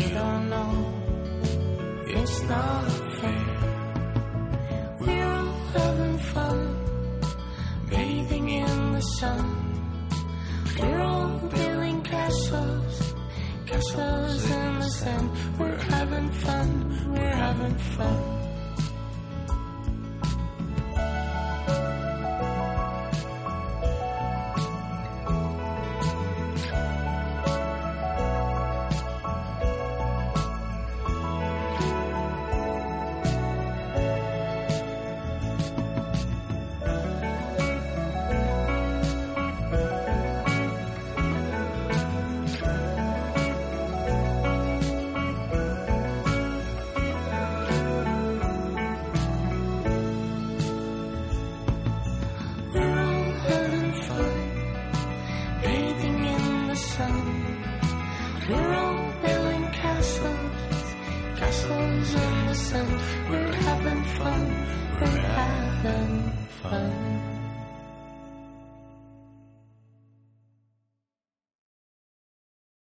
S3: You don't know it's not fair. We're all having fun, bathing in the sun. We're all building castles, castles in the sand. We're having fun, we're having fun. We're all having fun, bathing in the sun. We're all building castles, castles in the sun. We're having fun, we're having fun.